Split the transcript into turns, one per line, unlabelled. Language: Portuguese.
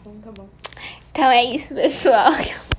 Então tá bom.
Então é isso, pessoal.